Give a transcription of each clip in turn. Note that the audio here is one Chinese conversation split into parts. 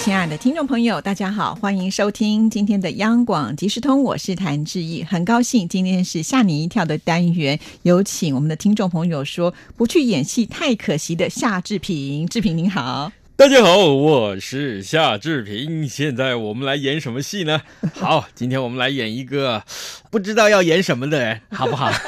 亲爱的听众朋友，大家好，欢迎收听今天的央广即时通，我是谭志毅，很高兴今天是吓你一跳的单元，有请我们的听众朋友说不去演戏太可惜的夏志平，志平您好，大家好，我是夏志平。现在我们来演什么戏 呢？好，今天我们来演一个不知道要演什么的人，好不好？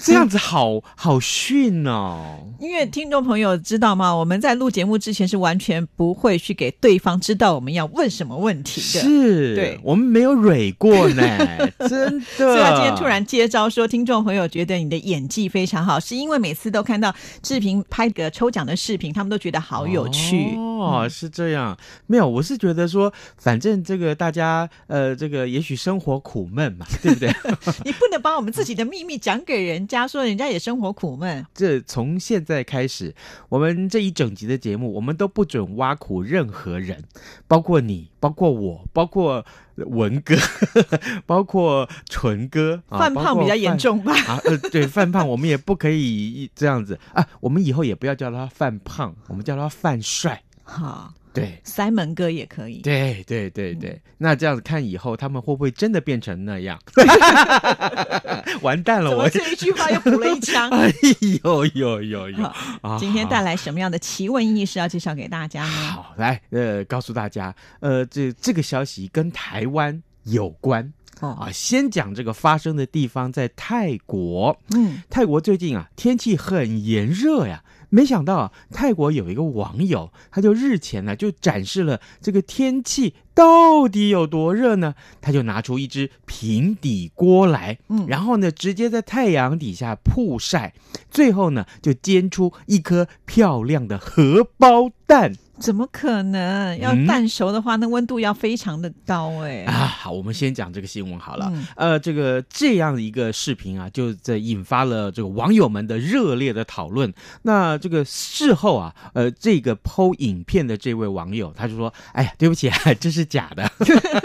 这样子好好逊哦。因为听众朋友知道吗？我们在录节目之前是完全不会去给对方知道我们要问什么问题的，是，对我们没有蕊过 呢，真的。所以他今天突然接招说，听众朋友觉得你的演技非常好，是因为每次都看到志平拍个抽奖的视频，他们都觉得好有趣。哦，是这样。没有，我是觉得说，反正这个大家呃，这个也许生活苦闷嘛，对不对？ 你不能把我们自己的秘密讲给人家，说人家也生活苦闷。这从现在开始，我们这一整集的节目，我们都不准挖苦任何人，包括你，包括我，包括文哥， 包括纯哥，啊犯胖比较严。重 吧？包括范啊，呃，对，范胖我们也不可以这样子啊，我们以后也不要叫他范胖，我们叫他范帅。好，对，塞门哥也可 以。对，对，对，对。那这样子看以后，他们会不会真的变成那样？ 完蛋了，怎我么。这一句话又补了一枪？ 哎呦呦呦呦！啊今天好带来什么样的奇闻异事要介绍给大家呢？好，来，呃，告诉大家，呃，这这个消息跟台湾有关哦啊。，先讲这个发生的地方在泰国，嗯，泰国最近啊天气很炎热呀。没想到啊，泰国有一个网友，他就日前呢、就展示了这个天气到底有多热呢？他就拿出一只平底锅来，嗯然后呢，直接在太阳底下曝晒，最后呢，就煎出一颗漂亮的荷包蛋。怎么可能？要嗯蛋熟的话，那温度要非常的高哎、 啊，好，我们先讲这个新闻好了。嗯呃，这个这样一个视频啊，就这引发了这个网友们的热烈的讨论。那这个事后啊，呃，这个剖影片的这位网友他就说：“哎呀，对不起，啊，这是假的，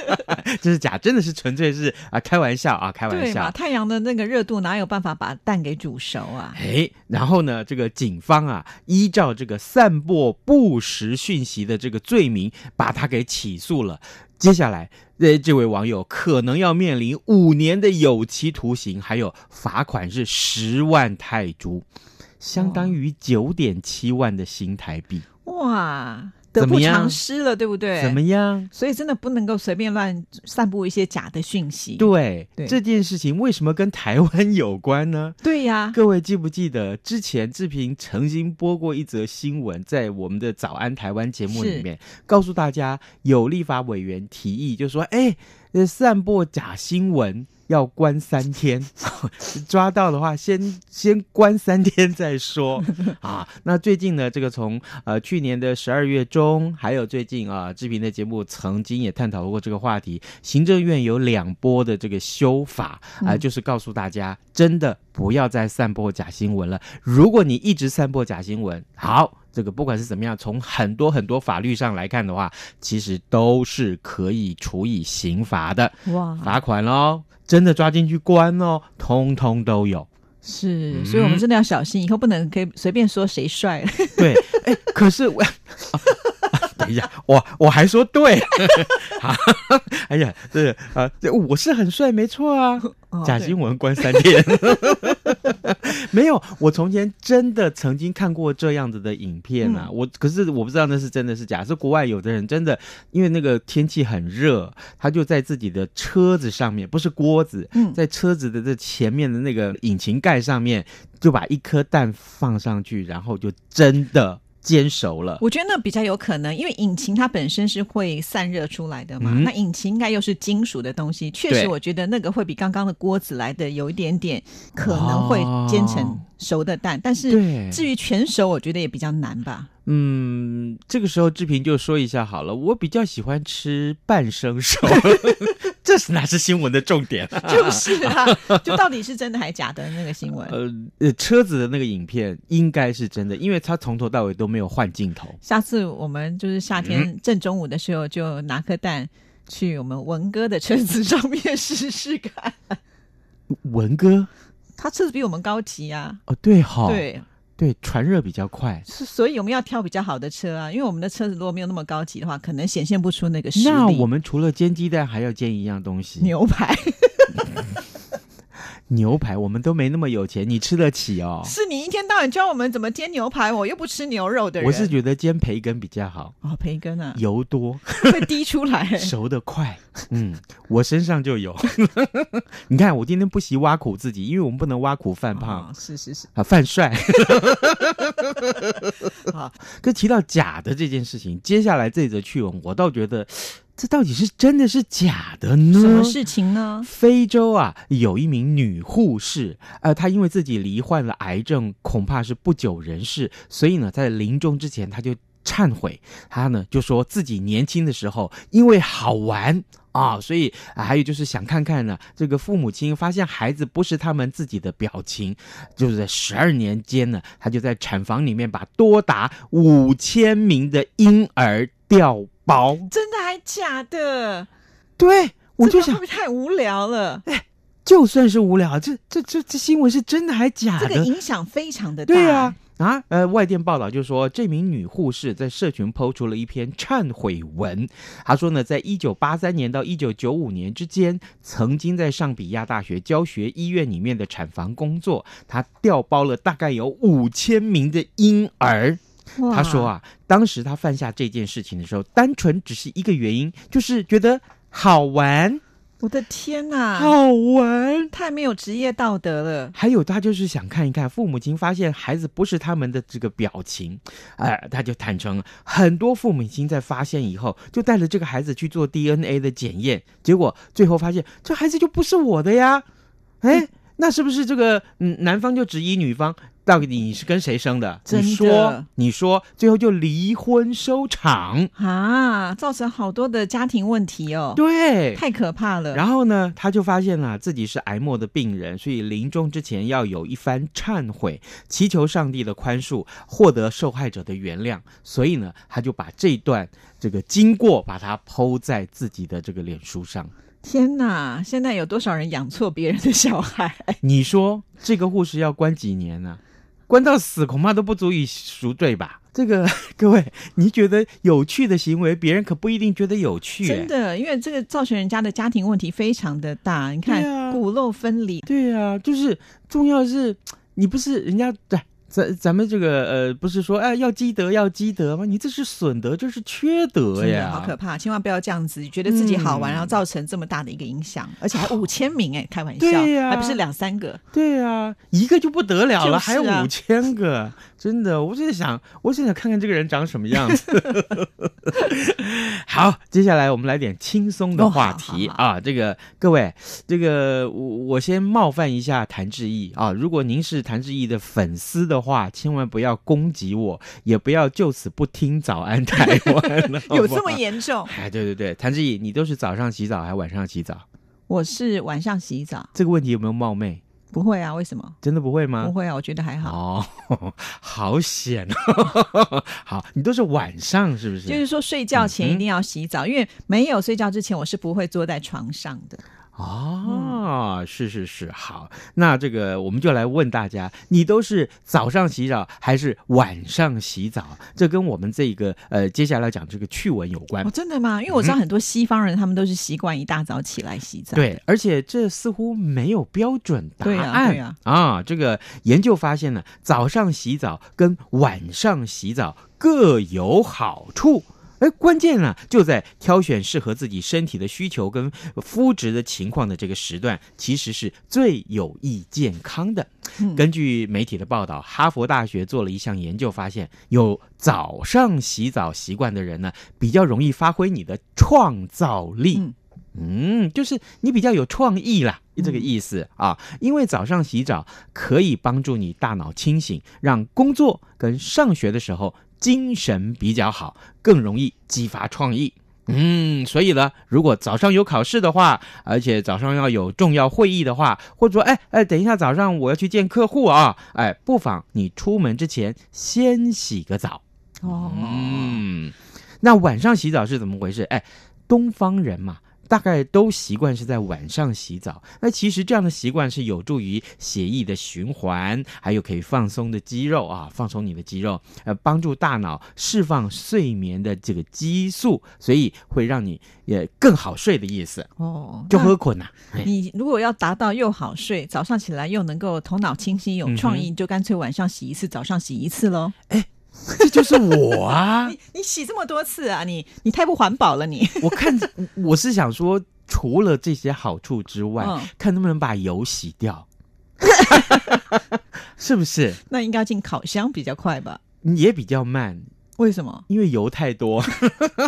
这是假，真的是纯粹是啊、开玩笑啊，开玩对嘛？笑。”太阳的那个热度哪有办法把蛋给煮熟啊？哎，然后呢，这个警方啊，依照这个散播不实讯息的这个罪名，把他给起诉了。接下来，呃，这位网友可能要面临五年的有期徒刑，还有罚款是十万泰铢，相当于九点七万的新台币。哇，得怎不么样偿失了，对不对？怎么样？所以真的不能够随便乱散布一些假的讯息。对对这件事情，为什么跟台湾有关呢？对呀、各位记不记得之前志平曾经播过一则新闻，在我们的《早安台湾》节目里面，告诉大家有立法委员提议，就说：“哎，呃散播假新闻要关三天， 抓到的话先先关三天再说啊。”那最近呢，这个从呃去年的十二月中，还有最近啊志平的节目曾经也探讨过这个话题，行政院有两波的这个修法啊、嗯就是告诉大家，真的不要再散播假新闻了。如果你一直散播假新闻，好，这个不管是怎么样，从很多很多法律上来看的话，其实都是可以处以刑罚的，哇，罚款喽，真的抓进去关喽，通通都有。是，嗯所以我们真的要小心，以后不能可以随便说谁帅 了。对， 哎，可是我。等一下，我我还说对， 哎呀，这啊、这我是很帅，没错啊，哦假对新闻关三天， 没有，我从前真的曾经看过这样子的影片嗯啊，我可是我不知道那是真的是假，是国外有的人真的因为那个天气很热，他就在自己的车子上面，不是锅子，嗯在车子的这前面的那个引擎盖上面，就把一颗蛋放上去，然后就真的煎熟了。我觉得那比较有可能，因为引擎它本身是会散热出来的嘛，嗯那引擎应该又是金属的东西，确实对我觉得那个会比刚刚的锅子来的有一点点可能会煎成哦熟的蛋，但是对，至于全熟，我觉得也比较难 吧。 嗯，这个时候志平就说一下好了，我比较喜欢吃半生熟， 这是哪是新闻的重点？就是啊，就到底是真的还假的那个新闻？呃呃，车子的那个影片应该是真的，因为他从头到尾都没有换镜头。下次我们就是夏嗯天正中午的时候，就拿颗蛋去我们文哥的车子上面试试看。 文哥，他车子比我们高级啊，哦对哈、对，对，传热比较快。是所以我们要挑比较好的车啊，因为我们的车子如果没有那么高级的话，可能显现不出那个实力。那我们哦除了煎鸡蛋，还要煎一样东西，牛排牛排。我们都没那么有钱，你吃得起哦？是你一天到晚教我们怎么煎牛排，我又不吃牛肉的人。我是觉得煎培根比较好，哦，培根 啊，油多，会滴出来。 熟得快。嗯，我身上就有。 你看，我今天不惜挖苦自己，因为我们不能挖苦范胖、哦是是是，啊，范帅。 好，可提到假的这件事情，接下来这则趣闻，我倒觉得这到底是真的是假的呢？什么事情呢？非洲啊，有一名女护士，呃，她因为自己罹患了癌症，恐怕是不久人世，所以呢，在临终之前，她就忏悔，她呢就说自己年轻的时候因为好玩啊，所以、啊、还有就是想看看呢，这个父母亲发现孩子不是他们自己的表情，就是在十二年间呢，她就在产房里面把多达五千名的婴儿调包，真的还假的？对。我就这个想会不会太无聊了？就算是无聊，这这这这新闻是真的还假这的？个影响非常的大。对啊，啊呃，外电报道就说，这名女护士在社群抛出了一篇忏悔文。她说呢，在一九八三年到一九九五年之间，曾经在上比亚大学教学医院里面的产房工作，她调包了大概有五千名的婴儿。哇，他说啊，当时他犯下这件事情的时候，单纯只是一个原因，就是觉得好玩，我的天哪、好玩。太没有职业道德了。还有，他就是想看一看父母亲发现孩子不是他们的这个表情，哎、他就坦诚，很多父母亲在发现以后，就带着这个孩子去做 DNA 的检验，结果最后发现这孩子就不是我的呀，哎，那是不是这个嗯男方就质疑女方到底你是跟谁生的？真的你说，你说，最后就离婚收场，啊，造成好多的家庭问题哦，对，太可怕了。然后呢，他就发现了、自己是癌末的病人，所以临终之前要有一番忏悔，祈求上帝的宽恕，获得受害者的原谅。所以呢，他就把这段这个经过把它剖在自己的这个脸书上。天哪，现在有多少人养错别人的小 孩？你说这个护士要关几年呢、关到死恐怕都不足以赎罪吧？这个 各位，你觉得有趣的行为，别人可不一定觉得有趣、真的，的，因为这个造成人家的家庭问题非常的大。你看，对啊骨肉分离，对啊，就是重要的是，你不是人家对。咱咱们这个呃，不是说哎要积德要积德吗？你这是损德，这是缺德真呀！的好可怕！千万不要这样子，觉得自己好玩，啊嗯然后造成这么大的一个影响，而且还五千名哎，开玩笑，对呀还不是两三个。对啊，一个就不得了了，就是还有啊五千 个，真的，我就在想，我就想看看这个人长什么样子。 好，接下来我们来点轻松的话题、哦好啊，这个各位，这个我我先冒犯一下谭志毅啊，如果您是谭志毅的粉丝的话，千万不要攻击我，也不要就此不听早安台 湾，有这么严？严重？哎，对对对，谭志毅，你都是早上洗澡还是晚上洗澡？我是晚上洗澡，这个问题有没有冒昧？不会啊？为什么？真的不会吗？不会啊，我觉得还好。嗯哦， 好险哦！ 好，你都是晚上是不是？就是说，睡觉前嗯哼一定要洗澡，因为没有睡觉之前，我是不会坐在床上的。哦，嗯是是是，好，那这个我们就来问大家，你都是早上洗澡还是晚上洗澡？这跟我们这个呃接下来讲这个趣闻有关哦，。真的吗？因为我知道很多西方人，他们都是习惯一大早起来洗澡。，嗯对，而且这似乎没有标准答对呀案对呀啊！这个研究发现呢，早上洗澡跟晚上洗澡各有好处。哎，关键呢、就在挑选适合自己身体的需求跟肤质的情况的这个时段，其实是最有益健康的。嗯根据媒体的报道，哈佛大学做了一项研究，发现有早上洗澡习惯的人呢，比较容易发挥你的创造力。嗯嗯，就是你比较有创意啦，这个意思啊。因为早上洗澡可以帮助你大脑清醒，让工作跟上学的时候精神比较好，更容易激发创意。嗯，所以呢，如果早上有考试的话，而且早上要有重要会议的话，或者说，哎哎，等一下早上我要去见客户啊，哎，不妨你出门之前先洗个澡。哦，嗯，那晚上洗澡是怎么回事？哎，东方人嘛，大概都习惯是在晚上洗澡。那其实这样的习惯是有助于血液的循环，还有可以放松的肌肉啊，放松你的肌肉，呃，帮助大脑释放睡眠的这个激素，所以会让你也更好睡的意思。哦，就那喝困呐、嘿你如果要达到又好睡，早上起来又能够头脑清晰、有嗯创意，就干脆晚上洗一次，早上洗一次喽。这就是我啊！你你洗这么多次啊，你你太不环保了你， 我看我是想说，除了这些好处之外，嗯看能不能把油洗 掉，是不是？那应该进烤箱比较快吧？也比较慢，为什么？因为油 太多，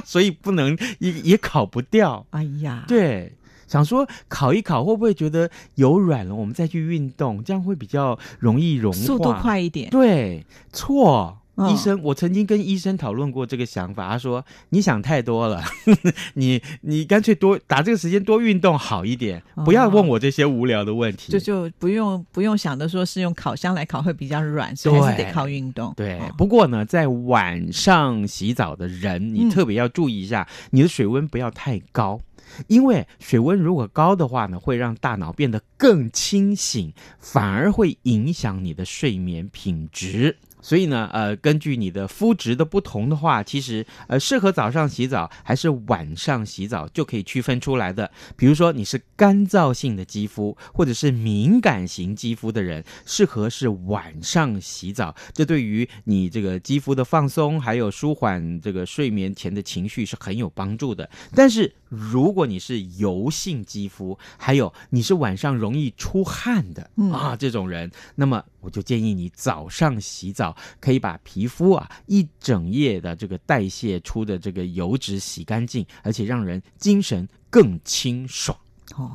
所以不能也也烤不掉。哎呀，，对，想说烤一烤，会不会觉得油软了？我们再去运动，这样会比较容易融化，速度。快一点。对，错。嗯医生，我曾经跟医生讨论过这个想法，他说你想太多了， 你你干脆多打这个时间多运动好一点，不要问我这些无聊的问题。就就不用不用想着说是用烤箱来烤会比较软，所以还是得对靠运动。对哦，不过呢，在晚上洗澡的人，嗯你特别要注意一下，你的水温不要太高，因为水温如果高的话呢，会让大脑变得更清醒，反而会影响你的睡眠品质。所以呢，呃，根据你的肤质的不同的话，其实呃，适合早上洗澡还是晚上洗澡就可以区分出来的。比如说你是干燥性的肌肤，或者是敏感型肌肤的人，适合是晚上洗澡。这对于你这个肌肤的放松，还有舒缓这个睡眠前的情绪是很有帮助的。但是如果你是油性肌肤，还有你是晚上容易出汗的、嗯啊这种人，那么我就建议你早上洗澡，可以把皮肤啊一整夜的这个代谢出的这个油脂洗干净，而且让人精神更清爽。哦，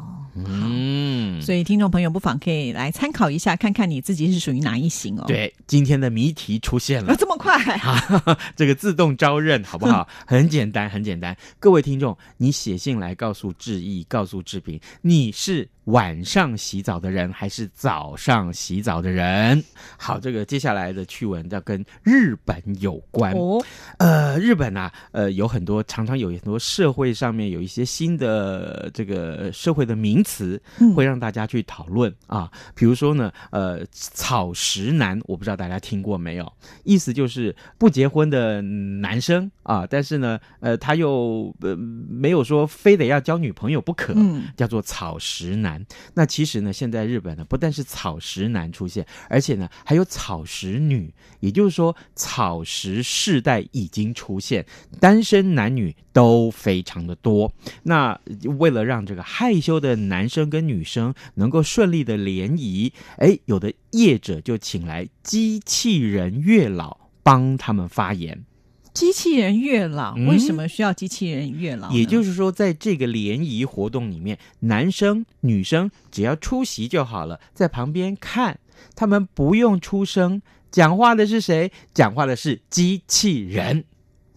嗯，所以听众朋友不妨可以来参考一下，看看你自己是属于哪一型哦。，对，今天的谜题出现了啊，。这么快，啊， 这个自动招认好不好？很简单，很简单。各位听众，你写信来告诉志毅，告诉志平，你是晚上洗澡的人还是早上洗澡的人？好，这个接下来的趣闻要跟日本有关。哦，呃，日本啊，呃，有很多常常有很多社会上面有一些新的呃这个社会的名词嗯，会让大家去讨论啊。比如说呢，呃，草食男，我不知道大家听过没有？意思就是不结婚的男生啊，但是呢，呃，他又呃没有说非得要交女朋友不可。嗯，叫做草食男。那其实呢，现在日本呢，不但是草食男出现，而且呢，还有草食女，也就是说，草食世代已经出现，单身男女都非常的多。那呃为了让这个害羞的男生跟女生能够顺利的联谊，哎，有的业者就请来机器人月老帮他们发言。机器人月老、嗯为什么需要机器人月老呢？也就是说，在这个联谊活动里面，男生女生只要出席就好了，在旁边看，他们不用出声。讲话的是谁？讲话的是机器人。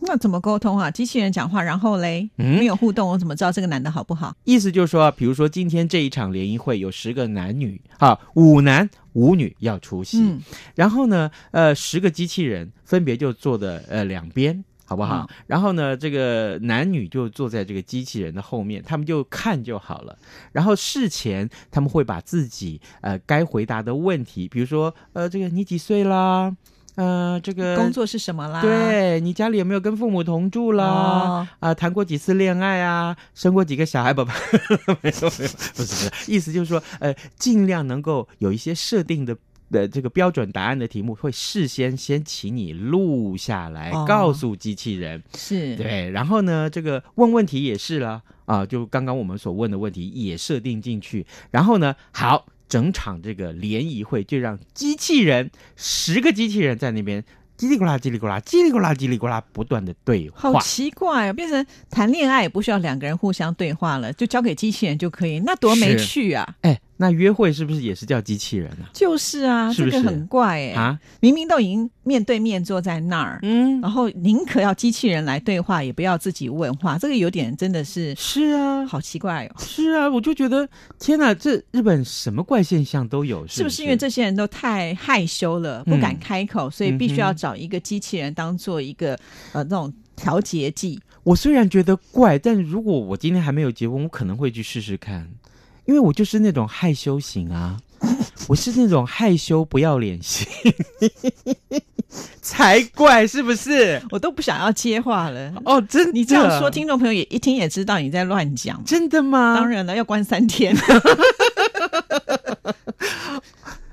那怎么沟通啊？机器人讲话，然后嘞，嗯没有互动，我怎么知道这个男的好不好？意思就是说，比如说今天这一场联谊会有十个男女，啊，五男五女要出席。嗯，然后呢，呃，十个机器人分别就坐的呃两边，好不嗯好？然后呢，这个呃男女就坐在这个机器人的后面，他们就看就好了。然后事前他们会把自己呃该回答的问题，比如说呃这个你几岁啦？呃，这个工作是什么啦？对你家里有没有跟父母同住啦？啊、哦谈过几次恋爱啊？生过几个小孩？不不，没有没有，不是不是，意思就是说，呃，尽量能够有一些设定的。呃，这个标准答案的题目会事先先请你录下来，哦告诉机器人。是，对，然后呢，这个问问题也是啦，啊，就刚刚我们所问的问题也设定进去。然后呢，好，整场这个联谊会就让机器人十个机器人在那边叽里咕啦、叽里咕啦、叽里咕啦、叽里咕啦不断的对好话。奇怪哦，变成谈恋爱也不需要两个人互相对话了，就交给机器人就可以，那多没是趣啊！哎，那约会是不是也是叫机器人啊？就是啊，是不是这个很怪哎、啊，明明都已经面对面坐在那儿，嗯，然后宁可要机器人来对话，也不要自己问话，这个有点真的是是啊，好奇怪哦。是啊，我就觉得天哪，这日本什么怪现象都有，是不不是因为这些人都太害羞了，不敢开嗯口，所以必须要找一个机器人当做一个、呃那种调节剂？我虽然觉得怪，但如果我今天还没有结婚，我可能会去试试看，因为我就是那种害羞型 啊，我是那种害羞不要脸型， 才怪是不是？我都不想要接话了。哦，真的你这样说，听众朋友也一听也知道你在乱讲嘛。真的吗？当然了，要关三天。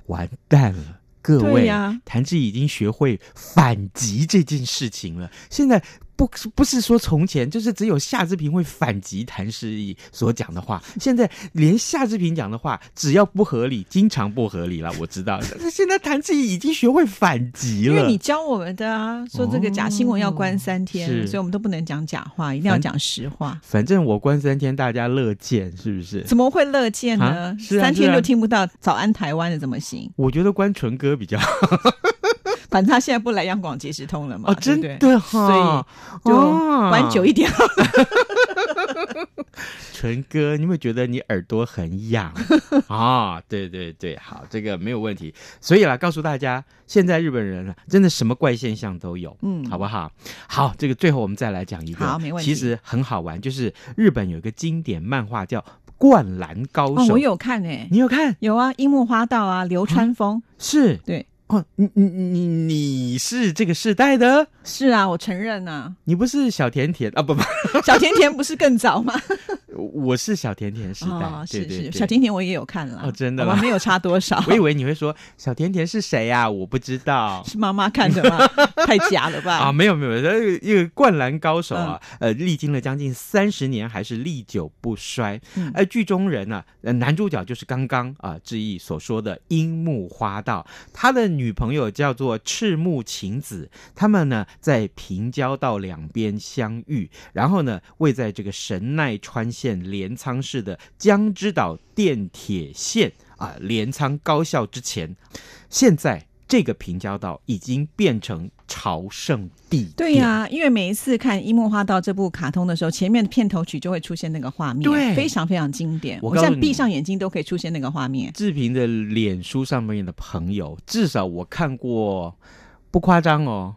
完蛋了。各对位，呀谭志已经学会反击这件事情了。现在不不是说从前，就是只有夏志平会反击谭志毅所讲的话。现在连夏志平讲的话，只要不合理，经常不合理了。我知道，但是现在谭志毅已经学会反击 因了。为你教我们的啊，说这个假新闻要关三天，哦是所以我们都不能讲假话，一定要讲实话。反正我关三天，大家乐见，是不是？怎么会乐见呢？啊是啊三是天啊都听不到“早安台湾”的怎么行？我觉得关纯哥比较好反正他现在不来央广即时通了嘛，哦，对真不对的哈，就哦玩久一点好了。纯哥，你有没有觉得你耳朵很痒 啊、对对对，好，这个没有问题。所以啦，告诉大家，现在日本人啊，真的什么怪现象都有，嗯好不好？好，这个最后我们再来讲一个，好没问题其实很好玩，就是日本有一个经典漫画叫《灌篮高手哦，》，我有看诶、你有看？有啊，樱木花道啊，流川枫，是对，哦，你你你你是这个世代的，是啊，我承认啊，你不是小甜甜啊？不 不，小甜甜不是更早吗？我 是小甜甜时代，哦，对是对是，对，小甜甜我也有看了，哦真的我吗们没有差多 少，。我以为你会说小甜甜是谁呀、我不知道是妈妈看的 吗？太假了吧？嗯啊，没有没有，那个一个灌篮高手啊，呃，历经了将近三十年，还是历久不衰。嗯而剧中人呢、呃，男主角就是刚刚啊志毅所说的樱木花道，他的女朋友叫做赤木晴子，他们呢在平交道两边相遇，然后呢位在这个神奈川县镰仓市的江之岛电铁线啊镰仓高校之前，现在这个平交道已经变成朝圣地点。对呀、因为每一次看《樱木花道》这部卡通的时候，前面的片头曲就会出现那个画面，对非常非常经典。我我告诉现你在闭上眼睛都可以出现那个画面。志平的脸书上面的朋友，至少我看过，不夸张哦，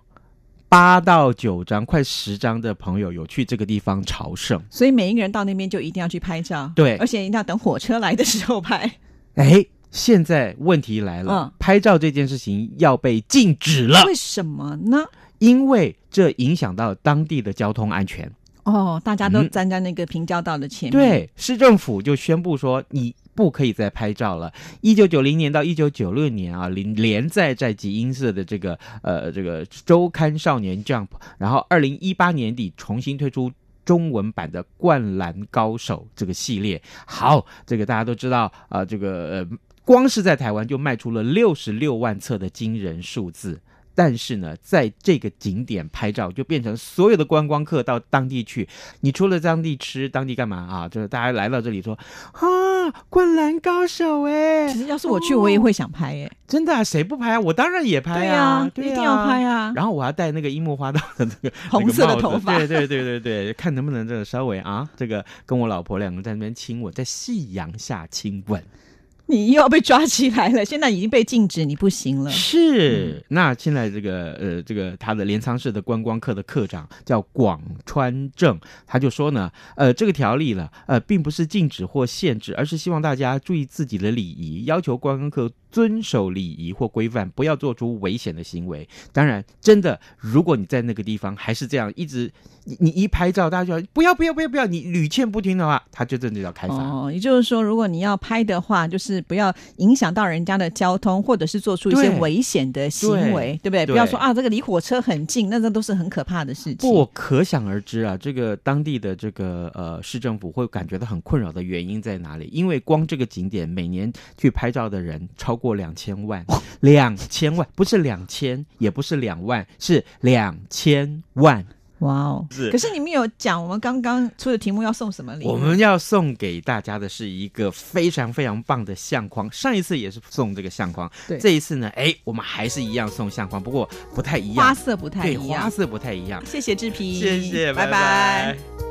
八到九张，快十张的朋友有去这个地方朝圣。所以每一个人到那边就一定要去拍照，对而且一定要等火车来的时候拍。 哎，现在问题来了，嗯拍照这件事情要被禁止了，为什么呢？因为这影响到当地的交通安全。哦，大家都嗯站在那个平交道的前面。对，市政府就宣布说你。不可以再拍照了。一九九零年到一九九六年啊，连连载在集英社的这个呃这个周刊《少年 Jump》，然后二零一八年底重新推出中文版的《灌篮高手》这个系列。好，这个大家都知道啊、这个、呃、光是在台湾就卖出了六十六万册的惊人数字。但是呢，在这个景点拍照就变成所有的观光客到当地去，你除了当地吃，当地干嘛啊？就是大家来到这里说啊，灌篮高手哎、其实要是我去，我也会想拍耶、真的、啊、谁不拍啊？我当然也拍对啊，对啊一定要拍啊！然后我要戴那个樱木花道的那个红色的那个帽子头发对对对对对，看能不能这个稍微啊，这个跟我老婆两个在那边亲吻，在夕阳下亲吻。你又要被抓起来了，现在已经被禁止，你不行了。是，那现在这个呃，这个他的镰仓市的观光课的课长叫广川正，他就说呢，呃，这个条例呢，呃，并不是禁止或限制，而是希望大家注意自己的礼仪，要求观光客遵守礼仪或规范，不要做出危险的行为。当然，真的，如果你在那个地方还是这样一直，你你一拍照，大家就说不要不要不要不要，你屡劝不听的话，他就真的要开罚。哦，也就是说，如果你要拍的话，就是不要影响到人家的交通，或者是做出一些对危险的行为，对不对？对不要说啊，这个离火车很近，那这都是很可怕的事情。不，可想而知啊，这个当地的这个呃市政府会感觉到很困扰的原因在哪里？因为光这个景点每年去拍照的人超过两千万，两千万不是两千，也不是两万，是两千万。哇哦！是可是你们有讲我们刚刚出的题目要送什么礼物？我们要送给大家的是一个非常非常棒的相框，上一次也是送这个相框，对这一次呢，哎，我们还是一样送相框，不过不太一花样，色不太对，一花样。色不太一样。谢谢志平，谢谢，拜拜拜